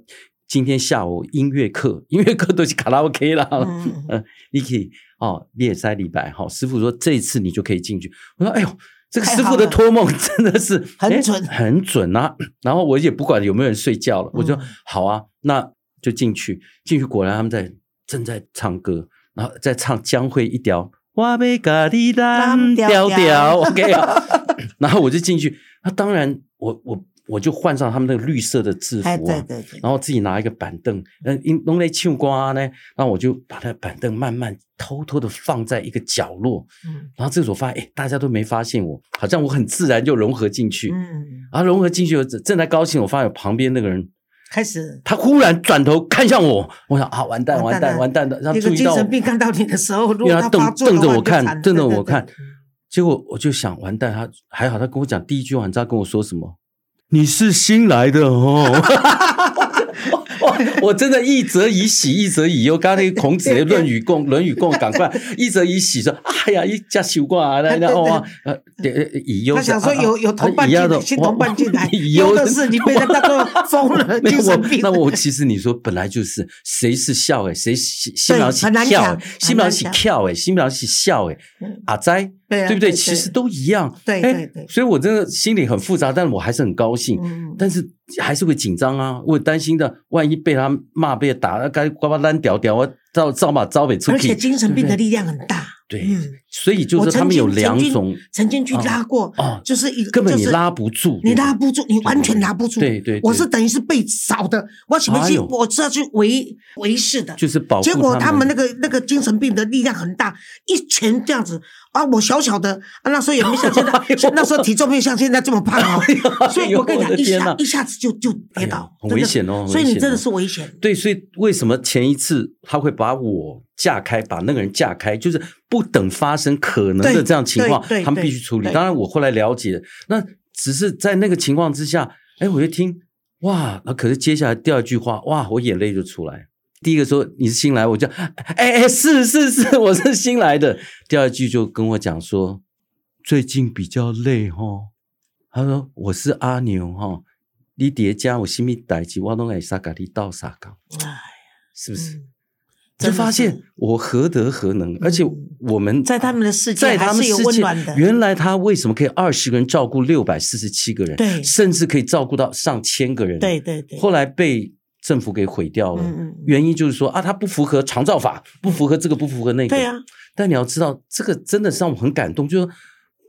Speaker 2: 今天下午音乐课，音乐课都去卡拉 OK 啦。
Speaker 1: 嗯
Speaker 2: 呃 n i k i 哦，你也塞礼拜哈、师傅说这次你就可以进去。我说，哎呦，这个
Speaker 1: 太
Speaker 2: 师
Speaker 1: 好
Speaker 2: 傅的
Speaker 1: 了
Speaker 2: 托梦真的是
Speaker 1: 很
Speaker 2: 哎
Speaker 1: 准
Speaker 2: 很准啊。然后我也不管有没有人睡觉了，我就
Speaker 1: 嗯
Speaker 2: 好啊，那就进去。进去果然他们在正在唱歌，然后在唱《江会一条》，我被咖喱蛋
Speaker 1: 蓝
Speaker 2: 调
Speaker 1: 调
Speaker 2: 调 ，OK 啊。然后我就进去，那当然我我我就换上他们那个绿色的制服、啊，
Speaker 1: 哎，对对对，
Speaker 2: 然后自己拿一个板凳，嗯，因弄来唱歌呢，然后我就把那个板凳慢慢偷偷的放在一个角落，
Speaker 1: 嗯
Speaker 2: 然后这时候我发现，哎，大家都没发现我，好像我很自然就融合进去，
Speaker 1: 嗯，
Speaker 2: 然后融合进去，我正正在高兴，我发现我旁边那个人，
Speaker 1: 开始
Speaker 2: 他忽然转头看向我，我想啊，完蛋，
Speaker 1: 完
Speaker 2: 完
Speaker 1: 蛋
Speaker 2: 蛋，
Speaker 1: 了
Speaker 2: 完蛋的，他
Speaker 1: 一
Speaker 2: 注
Speaker 1: 个
Speaker 2: 意
Speaker 1: 精
Speaker 2: 到我
Speaker 1: 神，病看到你的时候，如
Speaker 2: 因
Speaker 1: 果
Speaker 2: 为
Speaker 1: 发
Speaker 2: 他瞪
Speaker 1: 作的
Speaker 2: 瞪着
Speaker 1: 话
Speaker 2: 我
Speaker 1: 就惨
Speaker 2: 看，瞪着
Speaker 1: 对对嗯
Speaker 2: 我
Speaker 1: 对
Speaker 2: 看，结果我就想，完蛋，他还好，他跟我讲第一句话，你知道他跟我说什么？你是新来的哦。我 我真的一则以喜，一则以忧。刚刚那个孔子的《论语共》《论语共》，赶快一则以喜说：“哎呀，一家修挂啊，那那 哇，呃，以忧。”
Speaker 1: 他想说
Speaker 2: 啊
Speaker 1: 有有同伴
Speaker 2: 一
Speaker 1: 进
Speaker 2: 样的
Speaker 1: 来，新同伴进 来，
Speaker 2: 以
Speaker 1: 有
Speaker 2: 忧
Speaker 1: 的是你被人家当做疯了，
Speaker 2: 没
Speaker 1: 精
Speaker 2: 有我
Speaker 1: 神病，。
Speaker 2: 那我其实你说本来就是谁是笑哎，谁新新郎喜
Speaker 1: 很难
Speaker 2: 跳
Speaker 1: 讲
Speaker 2: 哎，新郎喜
Speaker 1: 很难讲
Speaker 2: 跳哎，新郎喜笑哎
Speaker 1: 嗯，
Speaker 2: 阿斋
Speaker 1: 对啊
Speaker 2: 对不
Speaker 1: 对对
Speaker 2: 对？其实都一样。
Speaker 1: 对
Speaker 2: 哎
Speaker 1: 对对
Speaker 2: 所以我真的心里很复杂，但我还是很高兴，
Speaker 1: 嗯，
Speaker 2: 但是还是会紧张啊，我担心的，万一被他骂被打，该呱呱烂屌屌，我照照把招北出
Speaker 1: 而且
Speaker 2: 去。
Speaker 1: 精神病的力量很大。
Speaker 2: 对
Speaker 1: 嗯，
Speaker 2: 所以就
Speaker 1: 我
Speaker 2: 是
Speaker 1: 曾
Speaker 2: 他们
Speaker 1: 经
Speaker 2: 有两种
Speaker 1: 曾经曾经去拉过，
Speaker 2: 哦，
Speaker 1: 就是一
Speaker 2: 根本你
Speaker 1: 就是
Speaker 2: 拉不住，
Speaker 1: 你拉不住，你完全拉不住。
Speaker 2: 对对对
Speaker 1: 我是等于是被扫的，我什么
Speaker 2: 哎
Speaker 1: 去，
Speaker 2: 呦
Speaker 1: 我是要去维维持的。
Speaker 2: 就是保护
Speaker 1: 结果他们
Speaker 2: 们
Speaker 1: 那个那个精神病的力量很大，一拳这样子啊！我小小的，啊、那时候也没像 现在，那时候体重没有像现在这么胖哦。所以我跟你
Speaker 2: 哎哎呦
Speaker 1: 讲，
Speaker 2: 我的
Speaker 1: 一
Speaker 2: 天
Speaker 1: 下
Speaker 2: 哪
Speaker 1: 一下子就就跌
Speaker 2: 哎呀
Speaker 1: 倒，
Speaker 2: 很
Speaker 1: 真的
Speaker 2: 危险哦很
Speaker 1: 所以
Speaker 2: 危
Speaker 1: 你
Speaker 2: 险
Speaker 1: 真的
Speaker 2: 哦
Speaker 1: 是危险。
Speaker 2: 对，所以为什么前一次他会把我架开，把那个人架开，就是不等发生可能的
Speaker 1: 对
Speaker 2: 这样情况
Speaker 1: 对对，
Speaker 2: 他们必须处理。
Speaker 1: 对
Speaker 2: 当然，我后来了解，那只是在那个情况之下，哎，我就听哇，那可是接下来第二句话，哇，我眼泪就出来。第一个说你是新来，我就哎哎是是是，我是新来的。第二句就跟我讲说，最近比较累哈、哦。他说我是阿牛哈、哦，你叠加我心里代志，我都会沙嘎你到沙嘎。
Speaker 1: 唉
Speaker 2: 是不是？
Speaker 1: 哎嗯
Speaker 2: 就发
Speaker 1: 真嗯
Speaker 2: 现我何德何能，而且我们
Speaker 1: 在他们的世界
Speaker 2: 在
Speaker 1: 还
Speaker 2: 他们
Speaker 1: 是有
Speaker 2: 世
Speaker 1: 温
Speaker 2: 界
Speaker 1: 暖的，
Speaker 2: 原来他为什么可以二十个人照顾六百四十七个人，
Speaker 1: 对
Speaker 2: 甚至可以照顾到上千个人？
Speaker 1: 对对对，
Speaker 2: 后来被政府给毁掉了。
Speaker 1: 嗯嗯，
Speaker 2: 原因就是说啊，它不符合长照法，不符合这个，不符合那个。
Speaker 1: 对啊，
Speaker 2: 但你要知道，这个真的是让我很感动，就是说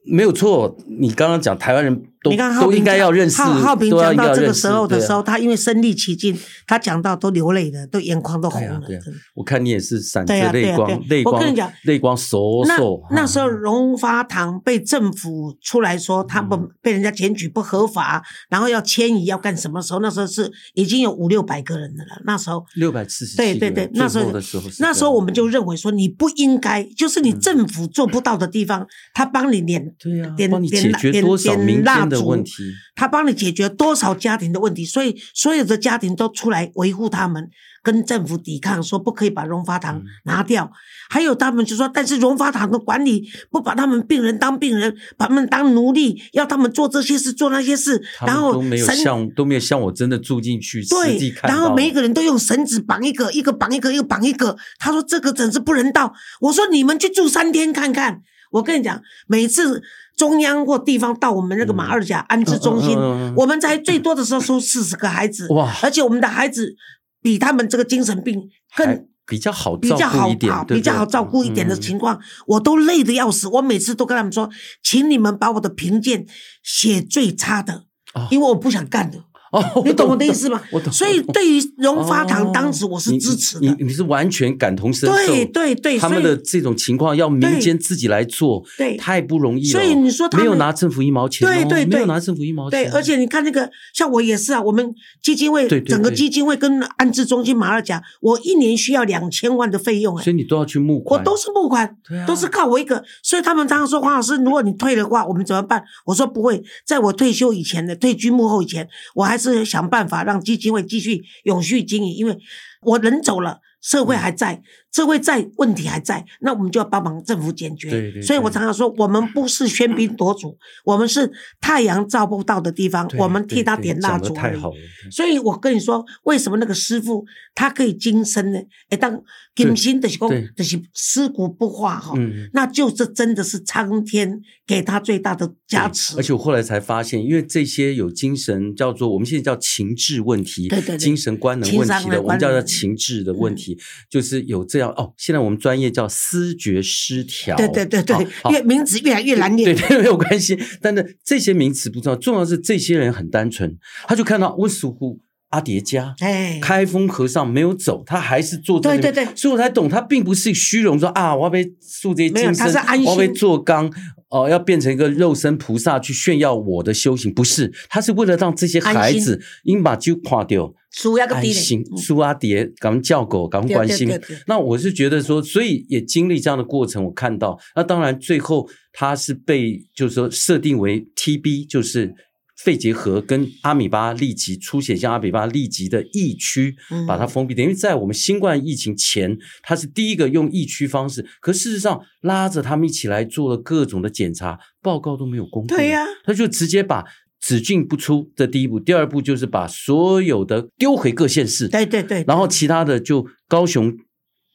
Speaker 2: 没有错。你刚刚讲台湾人都
Speaker 1: 你看浩
Speaker 2: 都
Speaker 1: 平
Speaker 2: 应该
Speaker 1: 讲
Speaker 2: 要认识，
Speaker 1: 浩浩平
Speaker 2: 都
Speaker 1: 讲
Speaker 2: 要应该
Speaker 1: 到
Speaker 2: 要
Speaker 1: 这
Speaker 2: 认
Speaker 1: 个
Speaker 2: 识
Speaker 1: 时候的
Speaker 2: 对啊
Speaker 1: 时候，他因为身历其境，他讲到都流泪了，都眼眶都红了。
Speaker 2: 对啊对啊
Speaker 1: 真的
Speaker 2: 我看你也是闪
Speaker 1: 对
Speaker 2: 着
Speaker 1: 啊对
Speaker 2: 泪
Speaker 1: 啊对啊
Speaker 2: 光，泪
Speaker 1: 我跟你
Speaker 2: 光
Speaker 1: 讲，
Speaker 2: 泪光嗖
Speaker 1: 那
Speaker 2: 嗖。
Speaker 1: 那时候
Speaker 2: 啊
Speaker 1: 荣发堂被政府出来说他们被人家检举不合法，然后要迁移要干什么时候？那时候是已经有五六百个人了啦，那时候。
Speaker 2: 六百四十，
Speaker 1: 对对对，那时候
Speaker 2: 的时候是这样，
Speaker 1: 那时候我们就认为说你不应该，就是你政府做不到的地方，他帮你点
Speaker 2: 对呀、啊，
Speaker 1: 点
Speaker 2: 帮你解
Speaker 1: 点蜡
Speaker 2: 决
Speaker 1: 点
Speaker 2: 多少
Speaker 1: 点
Speaker 2: 民
Speaker 1: 蜡
Speaker 2: 间的
Speaker 1: 烛
Speaker 2: 问题？
Speaker 1: 他帮你解决多少家庭的问题，所以所有的家庭都出来维护他们，跟政府抵抗，说不可以把荣发
Speaker 2: 嗯
Speaker 1: 堂拿掉。还有他们就说，但是荣发堂的管理不把他们病人当病人，把他们当奴隶，要他们做这些事做那些事，
Speaker 2: 他
Speaker 1: 然
Speaker 2: 们
Speaker 1: 后
Speaker 2: 都没有
Speaker 1: 神
Speaker 2: 像都没有像我真的住进去，实际
Speaker 1: 对，
Speaker 2: 看
Speaker 1: 然
Speaker 2: 到。
Speaker 1: 后每一个人都用绳子绑一个，一个绑一个，一个绑一个。他说这个真是不人道。我说你们去住三天看看。我跟你讲，每次中央或地方到我们那个马二甲安置中心，
Speaker 2: 嗯嗯嗯嗯嗯嗯
Speaker 1: 我们才最多的时候收四十个孩子，
Speaker 2: 哇
Speaker 1: 而且我们的孩子比他们这个精神病更
Speaker 2: 还比较好
Speaker 1: 比
Speaker 2: 照
Speaker 1: 较
Speaker 2: 顾
Speaker 1: 好
Speaker 2: 一点，
Speaker 1: 好
Speaker 2: 对
Speaker 1: 比
Speaker 2: 不
Speaker 1: 较
Speaker 2: 对
Speaker 1: 好照顾一点的
Speaker 2: 嗯
Speaker 1: 情况，我都累得要死。我每次都跟他们说，请你们把我的评鉴写最差的
Speaker 2: 哦，
Speaker 1: 因为我不想干的。
Speaker 2: 哦，
Speaker 1: 你懂我 的意思吗？
Speaker 2: 我懂。
Speaker 1: 所以对于荣发堂，
Speaker 2: 哦
Speaker 1: 当时我是
Speaker 2: 你
Speaker 1: 支持
Speaker 2: 你
Speaker 1: 的。
Speaker 2: 你你是完全感同身受，
Speaker 1: 对对对，
Speaker 2: 他们
Speaker 1: 所以
Speaker 2: 的这种情况要民间自己来做，
Speaker 1: 对
Speaker 2: 太不容易
Speaker 1: 所
Speaker 2: 了。
Speaker 1: 以你说他们
Speaker 2: 没有拿政府一毛钱哦，
Speaker 1: 对对对
Speaker 2: 没有拿政府一毛钱
Speaker 1: 对，
Speaker 2: 哦，
Speaker 1: 而且你看那个，像我也是啊，我们基金会
Speaker 2: 对对
Speaker 1: 整个
Speaker 2: 对
Speaker 1: 基金会跟安置中心马二甲，我一年需要两千万的费用哎
Speaker 2: 所，以你都要去募
Speaker 1: 我
Speaker 2: 款，
Speaker 1: 都是募款，
Speaker 2: 对啊
Speaker 1: 都是靠我一个。所以他们常常说黄老师，如果你退的话，我们怎么办？我说不会，在我退休以前的退居幕后以前，我还是想办法让基金会继续永续经营，因为我人走了。社会还在，
Speaker 2: 嗯
Speaker 1: 社会在，问题还在，那我们就要帮忙政府解决。
Speaker 2: 对对
Speaker 1: 所以我
Speaker 2: 对
Speaker 1: 常常说，我们不是喧宾夺 主，我们是太阳照不到的地方，
Speaker 2: 对
Speaker 1: 我们替他
Speaker 2: 对对
Speaker 1: 点蜡
Speaker 2: 讲得
Speaker 1: 烛而
Speaker 2: 太
Speaker 1: 已。
Speaker 2: 好了。
Speaker 1: 所以我跟你说，为什么那个师傅他可以今生呢？哎，当今生就是
Speaker 2: 对
Speaker 1: 讲，就是尸骨不化哈、
Speaker 2: 嗯，
Speaker 1: 那就是真的是苍天给他最大的加持。
Speaker 2: 而且我后来才发现，因为这些有精神叫做我们现在叫情志问题，
Speaker 1: 对对对
Speaker 2: 精神官能
Speaker 1: 情
Speaker 2: 问
Speaker 1: 商
Speaker 2: 题
Speaker 1: 的
Speaker 2: 的，我们
Speaker 1: 官
Speaker 2: 叫做
Speaker 1: 能
Speaker 2: 情志的问题，就是有这样哦。现在我们专业叫思觉失调，
Speaker 1: 对对对
Speaker 2: 好
Speaker 1: 对，
Speaker 2: 好
Speaker 1: 越名字越来越难
Speaker 2: 对
Speaker 1: 念。
Speaker 2: 对，没 有关系。但是这些名词不重要，重要是这些人很单纯，他就看到温叔姑阿叠加。
Speaker 1: 哎，
Speaker 2: 开封和尚没有走，他还是坐在那边
Speaker 1: 对对对
Speaker 2: 所以我才懂他并不是虚荣说啊，我要被塑这些
Speaker 1: 没有
Speaker 2: 精
Speaker 1: 他
Speaker 2: 深，
Speaker 1: 是安心
Speaker 2: 我要被做刚，哦、要变成一个肉身菩萨去炫耀我的修行，不是，他是为了让这些孩
Speaker 1: 安
Speaker 2: 子因把就垮掉，
Speaker 1: 输要个
Speaker 2: 安
Speaker 1: 低
Speaker 2: 心
Speaker 1: 嘞，嗯
Speaker 2: 苏阿蝶，赶快叫狗，赶快关心
Speaker 1: 对对对对。
Speaker 2: 那我是觉得说，所以也经历这样的过程，我看到。那当然，最后他是被就是说设定为 TB，就是肺结核跟阿米巴痢疾出血性阿米巴痢疾的疫区
Speaker 1: 嗯，
Speaker 2: 把它封闭。等于在我们新冠疫情前，他是第一个用疫区方式，可事实上拉着他们一起来做了各种的检查，报告都没有公布。
Speaker 1: 对呀、
Speaker 2: 他就直接把只进不出的第一步，第二步就是把所有的丢回各县市，
Speaker 1: 对对对，
Speaker 2: 然后其他的就高雄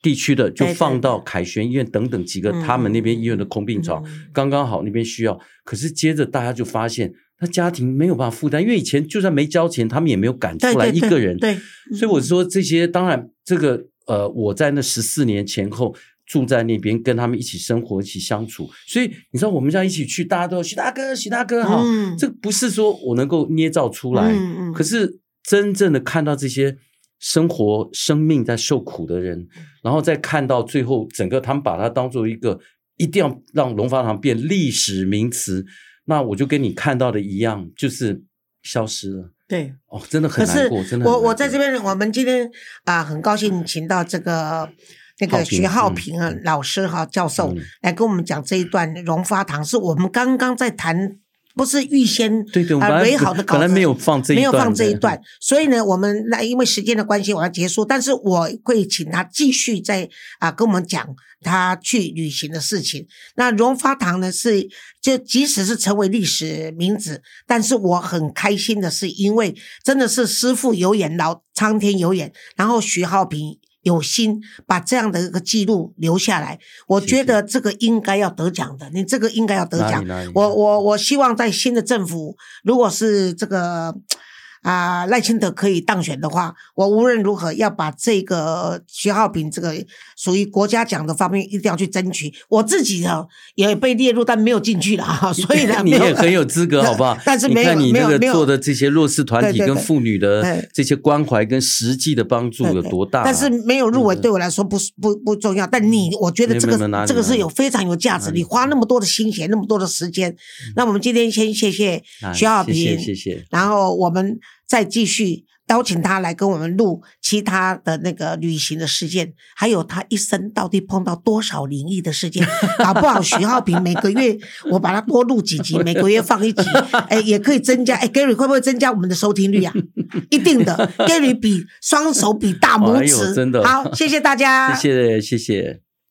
Speaker 2: 地区的就
Speaker 1: 对对
Speaker 2: 放到凯旋医院等等几个
Speaker 1: 嗯
Speaker 2: 他们那边医院的空病床，
Speaker 1: 嗯
Speaker 2: 刚刚好那边需要。可是接着大家就发现，他家庭没有办法负担，因为以前就算没交钱，他们也没有敢
Speaker 1: 对
Speaker 2: 出来
Speaker 1: 对
Speaker 2: 一
Speaker 1: 对
Speaker 2: 个人。
Speaker 1: 对，
Speaker 2: 所
Speaker 1: 嗯
Speaker 2: 以我说这些，当然这个呃，我在那十四年前后住在那边，跟他们一起生活、一起相处。所以你知道，我们这样一起去，大家都许大哥、许大哥哈，
Speaker 1: 嗯
Speaker 2: 这不是说我能够捏造出来，
Speaker 1: 嗯嗯
Speaker 2: 可是真正的看到这些。生活、生命在受苦的人，然后再看到最后整个，他们把它当做一个一定要让龙发堂变历史名词，那我就跟你看到的一样，就是消失了。
Speaker 1: 对。
Speaker 2: 哦，真的
Speaker 1: 可
Speaker 2: 很
Speaker 1: 是
Speaker 2: 难过，真的很难过。
Speaker 1: 我我在这边，我们今天啊、很高兴请到这个那
Speaker 2: 浩
Speaker 1: 个
Speaker 2: 平
Speaker 1: 徐浩
Speaker 2: 嗯
Speaker 1: 平啊、老师哈、教授、
Speaker 2: 嗯
Speaker 1: 来跟我们讲这一段荣发堂，是我们刚刚在谈，不是预先
Speaker 2: 对对，我们
Speaker 1: 啊
Speaker 2: 本
Speaker 1: 美
Speaker 2: 来
Speaker 1: 好的稿
Speaker 2: 本来
Speaker 1: 子
Speaker 2: 没有放这一
Speaker 1: 没有
Speaker 2: 段，
Speaker 1: 放这一
Speaker 2: 对
Speaker 1: 段，，所以呢，我们那因为时间的关系，我要结束，但是我会请他继续再啊、跟我们讲他去旅行的事情。那荣发堂呢是就即使是成为历史名字，但是我很开心的是，因为真的是师傅有眼，老苍天有眼，然后徐浩平。有心把这样的一个记录留下来，我
Speaker 2: 谢
Speaker 1: 觉
Speaker 2: 谢
Speaker 1: 得这个应该要得奖的，你这个应该要得
Speaker 2: 哪里
Speaker 1: 奖。
Speaker 2: 哪里
Speaker 1: 我我我希望在新的政府，如果是这个啊、赖清德可以当选的话，我无论如何要把这个徐浩平这个属于国家奖的方面一定要去争取。我自己呢也被列入，但没有进去了 哈，所以呢
Speaker 2: 你
Speaker 1: 没有？
Speaker 2: 也很有资格，好不好
Speaker 1: 但是
Speaker 2: 你
Speaker 1: 没有
Speaker 2: 看你
Speaker 1: 没有
Speaker 2: 那个
Speaker 1: 没有
Speaker 2: 做的这些弱势团体
Speaker 1: 对对对
Speaker 2: 跟妇女
Speaker 1: 对
Speaker 2: 的这些关怀跟实际的帮助
Speaker 1: 对
Speaker 2: 有
Speaker 1: 对
Speaker 2: 多大啊？
Speaker 1: 但是没有入围对我来说不是不不重要，但你我觉得这
Speaker 2: 嗯没有没有哪
Speaker 1: 个
Speaker 2: 里
Speaker 1: 这个
Speaker 2: 哪
Speaker 1: 是
Speaker 2: 里
Speaker 1: 有非常有价值，你花那么多的心血，那么多的时间，那我们今天先谢谢
Speaker 2: 哎
Speaker 1: 徐浩
Speaker 2: 谢
Speaker 1: 平，
Speaker 2: 谢谢谢。
Speaker 1: 然后我们再继续邀请他来跟我们录其他的那个旅行的事件，还有他一生到底碰到多少灵异的 事件，搞不好徐浩平每个月我把他多录几集，每个月放一集，哎，也可以增加，哎，Gary 会不会增加我们的收听 率啊？一定的，Gary 比双手比大拇
Speaker 2: 哎呦
Speaker 1: 指，
Speaker 2: 真的
Speaker 1: 好，谢谢大家，
Speaker 2: 谢谢谢谢。